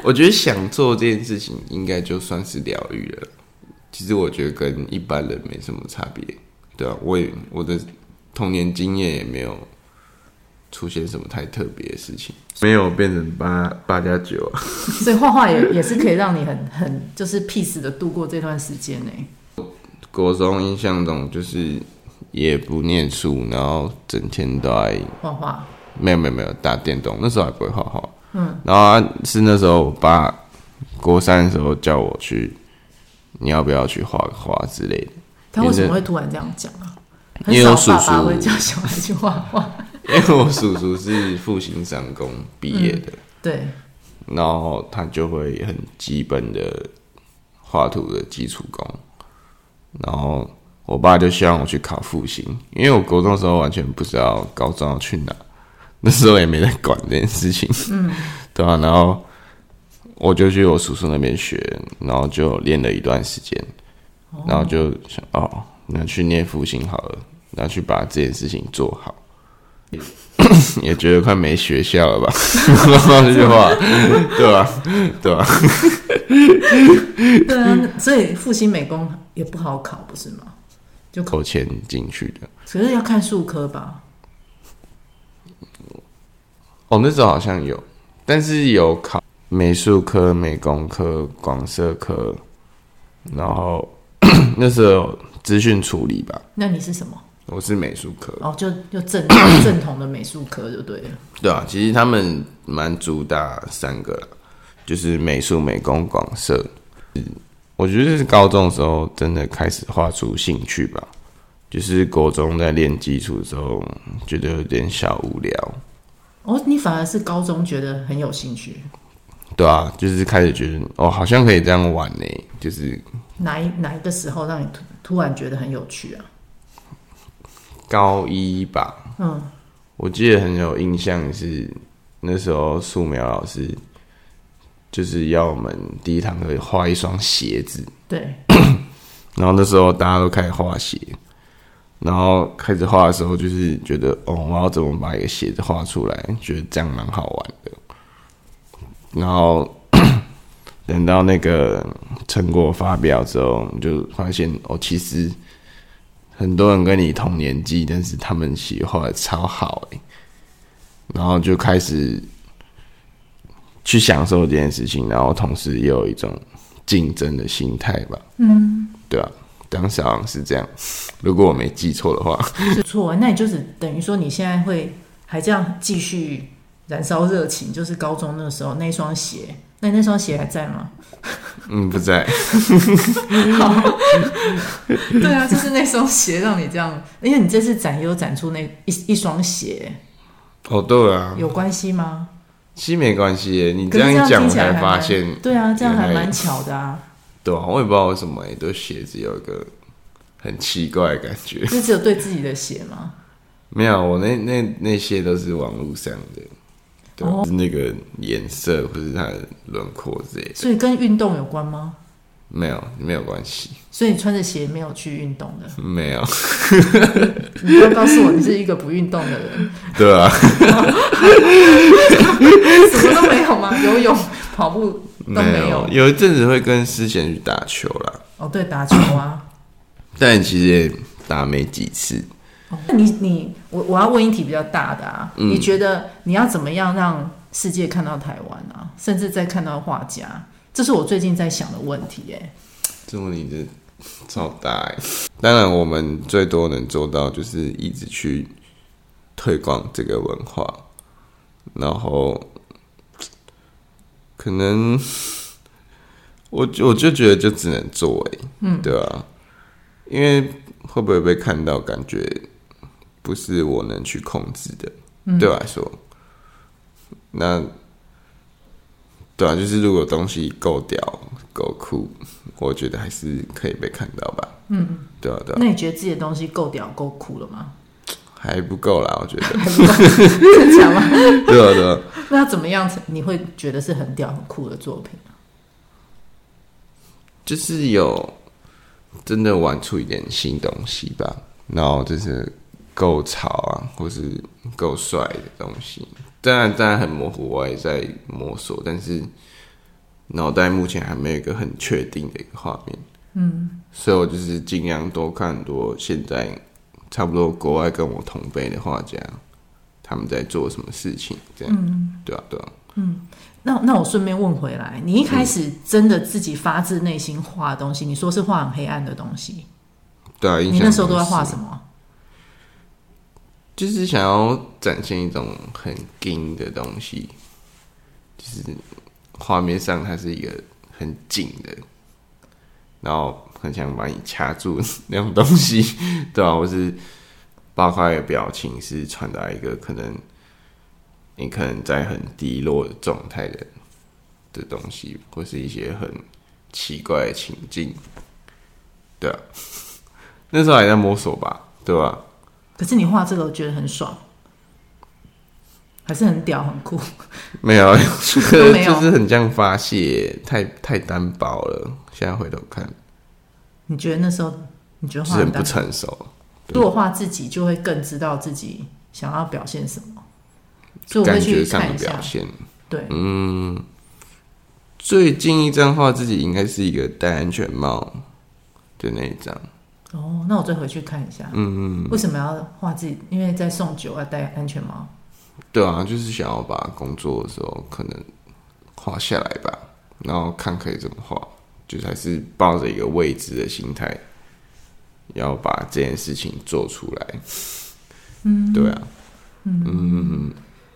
我觉得想做这件事情，应该就算是疗愈了。其实我觉得跟一般人没什么差别，对啊，我也我的童年经验也没有出现什么太特别的事情，没有变成八八加九啊。所以画画也也是可以让你很很就是 peace 的度过这段时间呢、国中印象中就是也不念书，然后整天都在画画，没有没有没有打电动，那时候还不会画画。嗯，然后啊是那时候我爸国三的时候叫我去，你要不要去画个画之类的。他为什么会突然这样讲啊？很因为少我叔爸爸叔会叫小孩去画画， 因为我叔叔是复兴商工毕业的， 对，然后他就会很基本的画图的基础功，然后我爸就希望我去考复兴，因为我国中的时候完全不知道高中要去哪，那时候也没在管这件事情，嗯， 对啊，然后我就去我叔叔那边学，然后就练了一段时间，然后就想哦，那去念复兴好了，那去把这件事情做好。 也觉得快没学校了吧？ 这句话，对啊吧、对吧、对啊，那所以复兴美工也不好考，不是吗？扣钱进去的。可是要看数科吧，哦，那时候好像有，但是有考美术科、美工科、广设科，然后 那时候有资讯处理吧，那你是什么？我是美术科。哦，就就正 正统的美术科就对了。对啊，其实他们蛮主打三个啦，就是美术、美工、广设。嗯我觉得是高中的时候真的开始画出兴趣吧，就是国中在练基础的时候觉得有点小无聊，哦，你反而是高中觉得很有兴趣，对啊，就是开始觉得哦，好像可以这样玩呢、就是哪一哪一个时候让你突突然觉得很有趣啊？高一吧，嗯，我记得很有印象是那时候素描老师就是要我们第一堂课画一双鞋子，对，然后那时候大家都开始画鞋，然后开始画的时候就是觉得哦，我要怎么把一个鞋子画出来，觉得这样蛮好玩的。然后 等到那个成果发表之后，你就发现哦，其实很多人跟你同年纪，但是他们写画的超好哎、然后就开始去享受这件事情，然后同时也有一种竞争的心态吧。对啊，当时好像是这样，如果我没记错的话。 不错啊。那你就是等于说你现在会还这样继续燃烧热情，就是高中那时候那双鞋，那你那双鞋还在吗？嗯，不在， 对啊，就是那双鞋让你这样， 因为你这次展也有展出那一一双鞋，哦，对啊，有关系吗？其实没关系耶，你可这是样一讲，听我起来才还发蛮现，对啊，这样还原来蛮巧的啊。对啊，我也不知道为什么耶，对鞋子有一个很奇怪的感觉。 就只有对自己的鞋吗？没有，我那那那些都是网络上的，对啊，哦是那个颜色或是它的轮廓之类的，所以跟运动有关吗？没有没有关系，所以你穿着鞋没有去运动的，没有， 你不要告诉我你是一个不运动的人，对啊， 什么都没有吗？游泳、跑步都没有，有？有一阵子会跟思贤去打球啦，哦，对，打球啊。但其实也打没几次，哦那你你我我要问一题比较大的啊，嗯你觉得你要怎么样让世界看到台湾啊，甚至再看到画家？这是我最近在想的问题、耶。这问题真的 超大欸。当然，我们最多能做到就是一直去推广这个文化，然后可能我就我就觉得就只能做哎、嗯，对啊，因为会不会被看到，感觉不是我能去控制的，对我来说，那对啊，就是如果东西够屌够酷，我觉得还是可以被看到吧，嗯，对啊对啊，那你觉得自己的东西够屌够酷了吗？ 还不够啦，我觉得， 还不够真假吗？对啊对啊。 那要怎么样才你会觉得是很屌很酷的作品？啊就是有真的玩出一点新东西吧，然后就是够潮啊，或是够帅的东西。当然，当然很模糊，我也在摸索，但是脑袋目前还没有一个很确定的一个画面，嗯，所以我就是尽量多看很多现在差不多国外跟我同辈的画家他们在做什么事情，这样，嗯对啊，对啊，那那我顺便问回来，你一开嗯始真的自己发自内心画的东西，你说是画很黑暗的东西，对啊，印你象那时候都在中是画什么？就是想要展现一种很硬的东西，就是画面上它是一个很紧的，然后很想把你掐住 那种东西，对啊，或是包括你的表情是传达一个可能你可能在很低落的状态的的东西，或是一些很奇怪的情境，对啊， 那时候还在摸索吧，对吧、可是你画这个，我觉得很爽，还是很屌，很酷。没有，就是没有就是很像发泄，太太单薄了。现在回头看，你觉得那时候你觉得就是画很大不，成熟。如果画自己，就会更知道自己想要表现什么，所以我感会去觉上看的一表下。现，对，嗯，最近一张画自己应该是一个戴安全帽的那一张，哦，那我再回去看一下。嗯嗯。为什么要画自己？因为在送酒要戴安全帽。对啊，就是想要把工作的时候可能画下来吧，然后看可以怎么画，就是还是抱着一个未知的心态，要把这件事情做出来。嗯，对啊。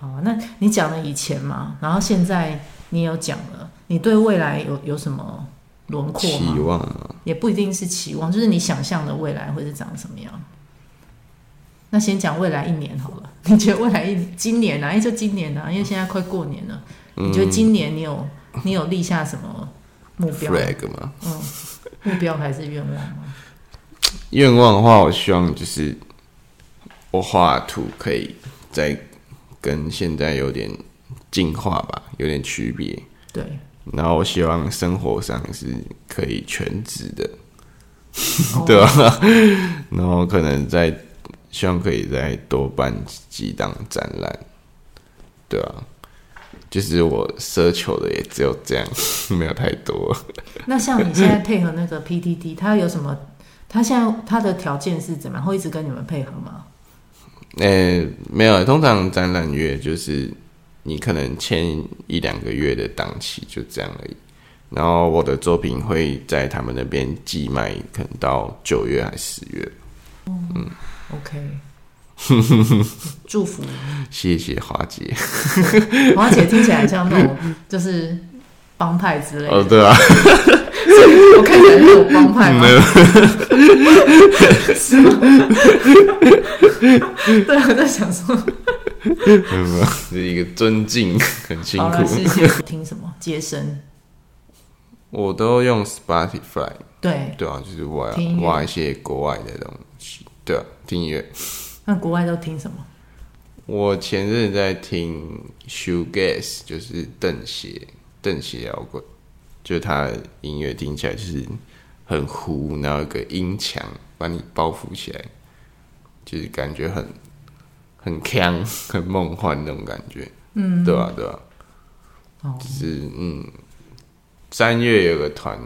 好，啊那你讲了以前嘛，然后现在你也有讲了，你对未来有有什么轮廓期吗？望啊，也不一定是期望，就是你想象的未来会是长什么样。那先讲未来一年好了， 你觉得未来一今年啊，因为就今年啊，因为现在快过年了，你觉得今年你有你有立下什么目标？ flag 嘛。嗯，目标还是愿望吗？愿望的话，我希望就是我画图可以再跟现在有点进化吧，有点区别。对，然后我希望生活上是可以全职的，哦对吧、啊然后可能在希望可以再多办几档展览，对啊，就是我奢求的也只有这样， 没有太多。那像你现在配合那个 PTT，他有什么？他现在他的条件是怎么样？会一直跟你们配合吗？诶、没有，通常展览月就是你可能签一两个月的档期，就这样而已。然后我的作品会在他们那边寄卖，可能到九月还是十月。 OK，祝福谢谢华姐。华姐听起来像那种就是帮派之类的，哦，对啊，我看起来是有 帮派吗？ 是吗 对，啊我在想说，没有 没有是一个尊敬，很辛好苦了，。谢谢。听什么？接生，我都用 Spotify，对，对啊，就是挖听音乐挖一些国外的东西，对啊，听音乐。那国外都听什么？我前阵子在听 shoegaze，就是邓鞋邓鞋摇滚，就是他的音乐听起来就是很糊，然后有个音墙把你包覆起来，就是感觉很很强、 很梦幻那种感觉。嗯，对吧、对吧、哦就是嗯，三月有个团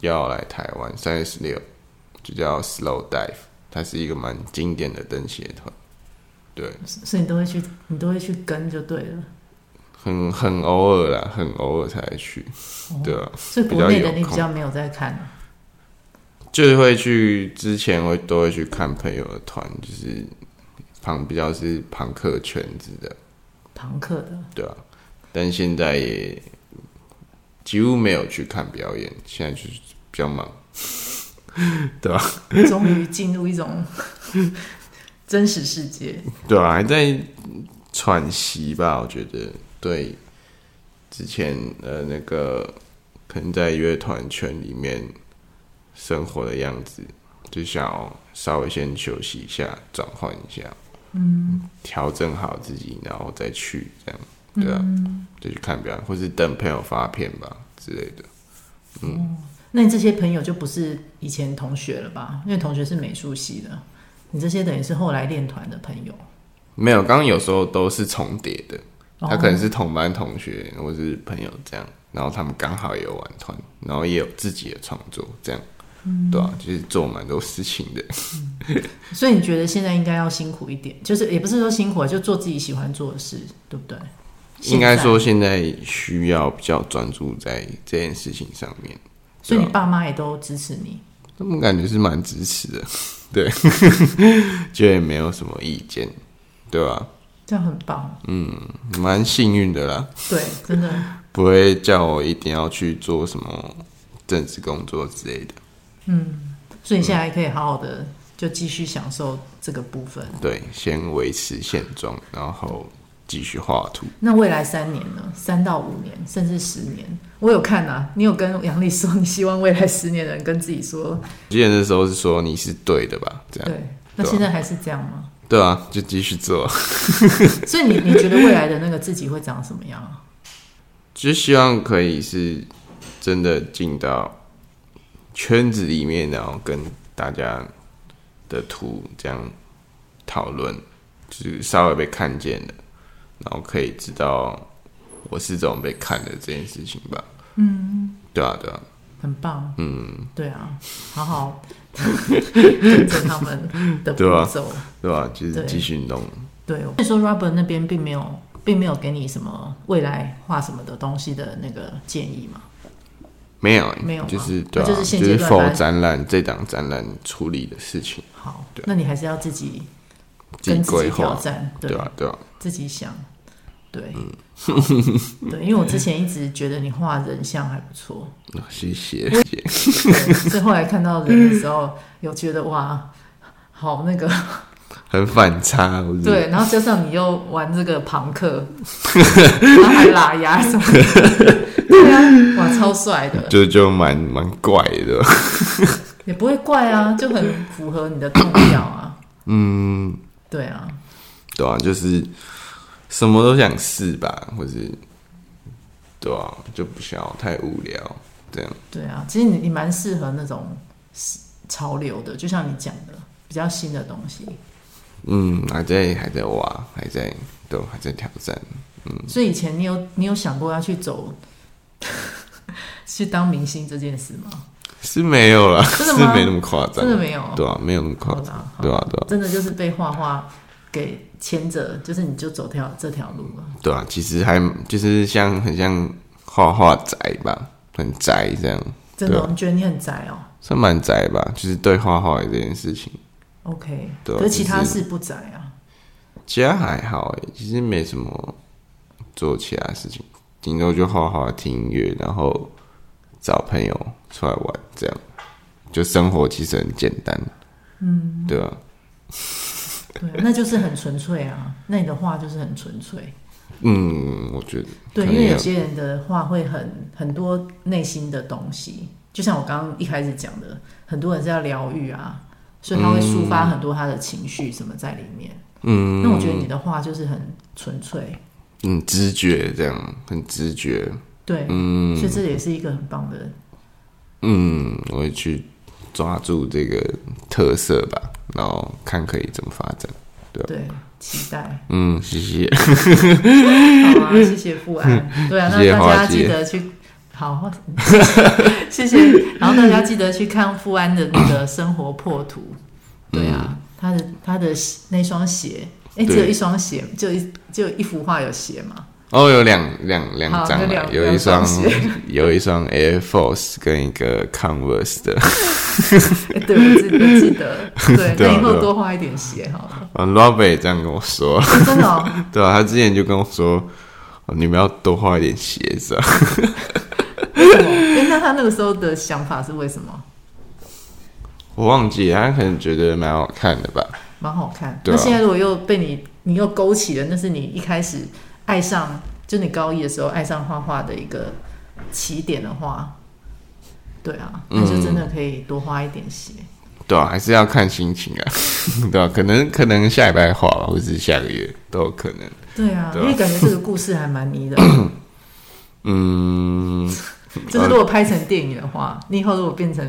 要来台湾，三月十六，就叫 Slow Dive，它是一个蛮经典的邓鞋团，对。所所以你都会去，你都会去跟就对了。很很偶尔啦，很偶尔才去，对啊，所以国内的比较有你空比较没有在看啊，就是会去之前会都会去看朋友的团，就是旁比较是朋克圈子的，朋克的。对啊，但现在也几乎没有去看表演，现在就是比较忙，终于进入一种 真实世界。对啊，还在喘息吧，我觉得对之前呃那个可能在乐团圈里面生活的样子，就想要稍微先休息一下，转换一下，嗯，调整好自己，然后再去这样，对啊，再去看表演，或是等朋友发片吧之类的。那你这些朋友就不是以前同学了吧？因为同学是美术系的，你这些等于是后来练团的朋友。没有，刚刚有时候都是重叠的，他可能哦是同班同学或是朋友这样，然后他们刚好也有玩团，然后也有自己的创作，这样，嗯对啊，就是做蛮多事情的。所以你觉得现在应该要辛苦一点，就是也不是说辛苦啊，就做自己喜欢做的事，对不对？应该现在说，啊现在需要比较专注在这件事情上面，啊所以你爸妈也都支持你。他们感觉是蛮支持的， 对，就也没有什么意见，对吧、这样很棒，蛮幸运的啦，对，真的，不会叫我一定要去做什么政治工作之类的，所以你现在还可以好好的就继续享受这个部分。对，先维持现状，然后继续画图。那未来三年呢？三到五年，甚至十年，我有看啊。你有跟杨丽说，你希望未来十年的人跟自己说，我记得那时候是说你是对啊的吧？这样对。那现在还是这样吗？对啊，就继续做， 所以你你觉得未来的那个自己会长什么样啊？就希望可以是真的进到圈子里面，然后跟大家的图这样讨论，就是稍微被看见的，然后可以知道我是怎么被看的这件事情吧。嗯，对啊，对啊，很棒，嗯，对啊，好好跟着他们的步对啊骤。对啊，就是对继续弄。啊对，所以说 Robert 那边并没有，并没有给你什么未来画什么的东西的那个建议嘛。没有，没有吗就是对啊，那就是现阶段否反展览这档展览处理的事情，好对，那你还是要自己自己跟自规己挑划，战，对对啊，嗯对啊，自己想，对，好 对，因为我之前一直觉得你画人像还不错，哦谢谢。对，所以后来看到人的时候，有觉得哇，好那个，很反差，我觉得对，然后加上你又玩这个朋克，然后还拉牙什么的，对啊，哇，超帅的，就就蛮蛮怪的。 也不会怪啊，就很符合你的痛调啊。嗯，对啊，对啊，就是什么都想试吧，或是对啊，就不想要太无聊这样。对啊，其实你你蛮适合那种潮流的，就像你讲的，比较新的东西。嗯，还在还在挖，还在都还在挑战。所以以前你有你有想过要去走 去当明星这件事吗？是没有啦，真的是吗没那么夸张真，的没有，对啊，没有那么夸张，好啦好对啊，对啊，真的就是被画画给牵着，就是你就走条这条路了。对啊，其实还就是像很像画画宅吧，很宅这样，真的哦、对啊你觉得你很宅哦算蛮宅吧，就是对画画这件事情。 ？OK，对啊可是其他就是事不宅啊。其他还好诶，其实没什么做其他事情，顶多就画画、听音乐，然后找朋友出来玩，这样就生活其实很简单，嗯，对啊，对啊，那就是很纯粹啊。那你的画就是很纯粹。嗯，我觉得对，可因能为要有些人的话会很很多内心的东西，就像我刚刚一开始讲的，很多人是要疗愈啊，所以他会抒发很多他的情绪什么在里面。嗯那我觉得你的话就是很纯粹，嗯直觉这样很直觉，对，所以这也是一个很棒的。嗯，我会去抓住这个特色吧，然后看可以怎么发展，对，期待。嗯，谢谢，好啊，谢谢富安。对啊，嗯谢谢那大华家姐记得去。好， 谢谢。然后大家记得去看富安的那个生活破图。对啊，他的他的那双鞋，哎，只有嗯对一双鞋，就一就一幅画有鞋嘛。哦，有两两两好张有啊，两有一两双双鞋有一双 Air Force 跟一个 Converse 的。哎对，我记得我记 得。对，对啊对那以后啊多画一点鞋好了。啊 r o b e r 也这样跟我说， 哦真的哦，对啊，他之前就跟我说，哦你们要多画一点鞋子啊。为什么？哎，那他那个时候的想法是为什么？我忘记，他可能觉得蛮好看的吧。蛮好看。对啊那现在如果又被你你又勾起了，那是你一开始爱上，就你高一的时候爱上画画的一个起点的话，对啊，嗯那就真的可以多花一点鞋。对啊，还是要看心情啊。 对啊，可能可能下礼拜画吧，或是下个月都有可能。对啊，对啊因为感觉这个故事还蛮迷的， 嗯，就是如果拍成电影的话，你以后如果变成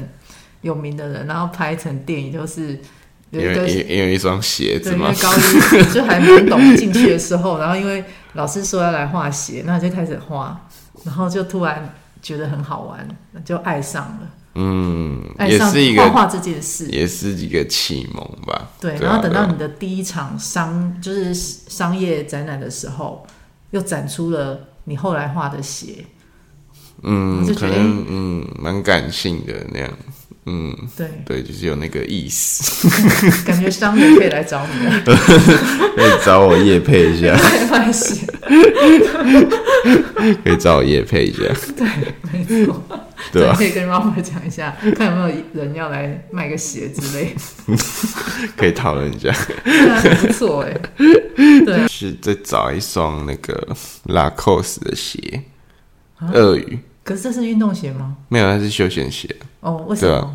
有名的人，然后拍成电影，就是有因一为个因为因为一双鞋子对，因嘛为。高一就还蛮懂进去的时候，然后因为老师说要来画鞋，那就开始画，然后就突然觉得很好玩，就爱上了，嗯，爱也哎上是一画个画这件事。也是一个启蒙吧。对，啊然后等到对啊你的第一场商就是商业展览的时候，又展出了你后来画的鞋，嗯你，就觉可得哎能嗯蛮感性的那样，嗯， 对，对，就是有那个意思， 感觉商业可以来找你了，可以找我夜配 一下，卖鞋，可以找我夜配一下，没错，对啊吧、所以可以跟 Robert 讲一下，看有没有人要来卖个鞋之类的， 可以讨论一下，对啊，很不错哎，对啊是再找一双那个 Lacoste 的鞋，啊鳄鱼可是这是运动鞋吗？没有，它是休闲鞋，哦，为什对么啊？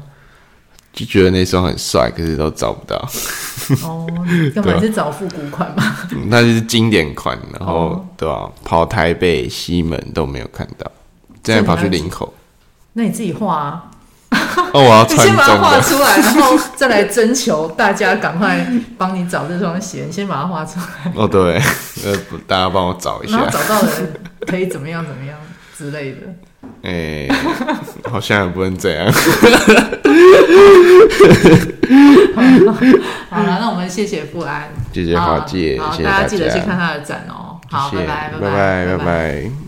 就觉得那双很帅，可是都找不到，哦，要对么啊你是找复古款嘛？ 嗯它就是经典款，然后、哦对吧、啊跑台北、西门都没有看到，现在跑去林口，那你自己画啊，哦，我要你穿先中把它画的。出来，然后再来征求大家赶快帮你找这双鞋，你先把它画出来，哦，对， 呃，不大家帮我找一然后下。找到的人可以怎么样怎么样之类的。 哎、好像也不能这 样。好了，那我们谢谢富安，谢谢华姐好，好谢谢大大记得家去看他的展哦。好，谢谢拜拜，拜拜，拜拜。拜。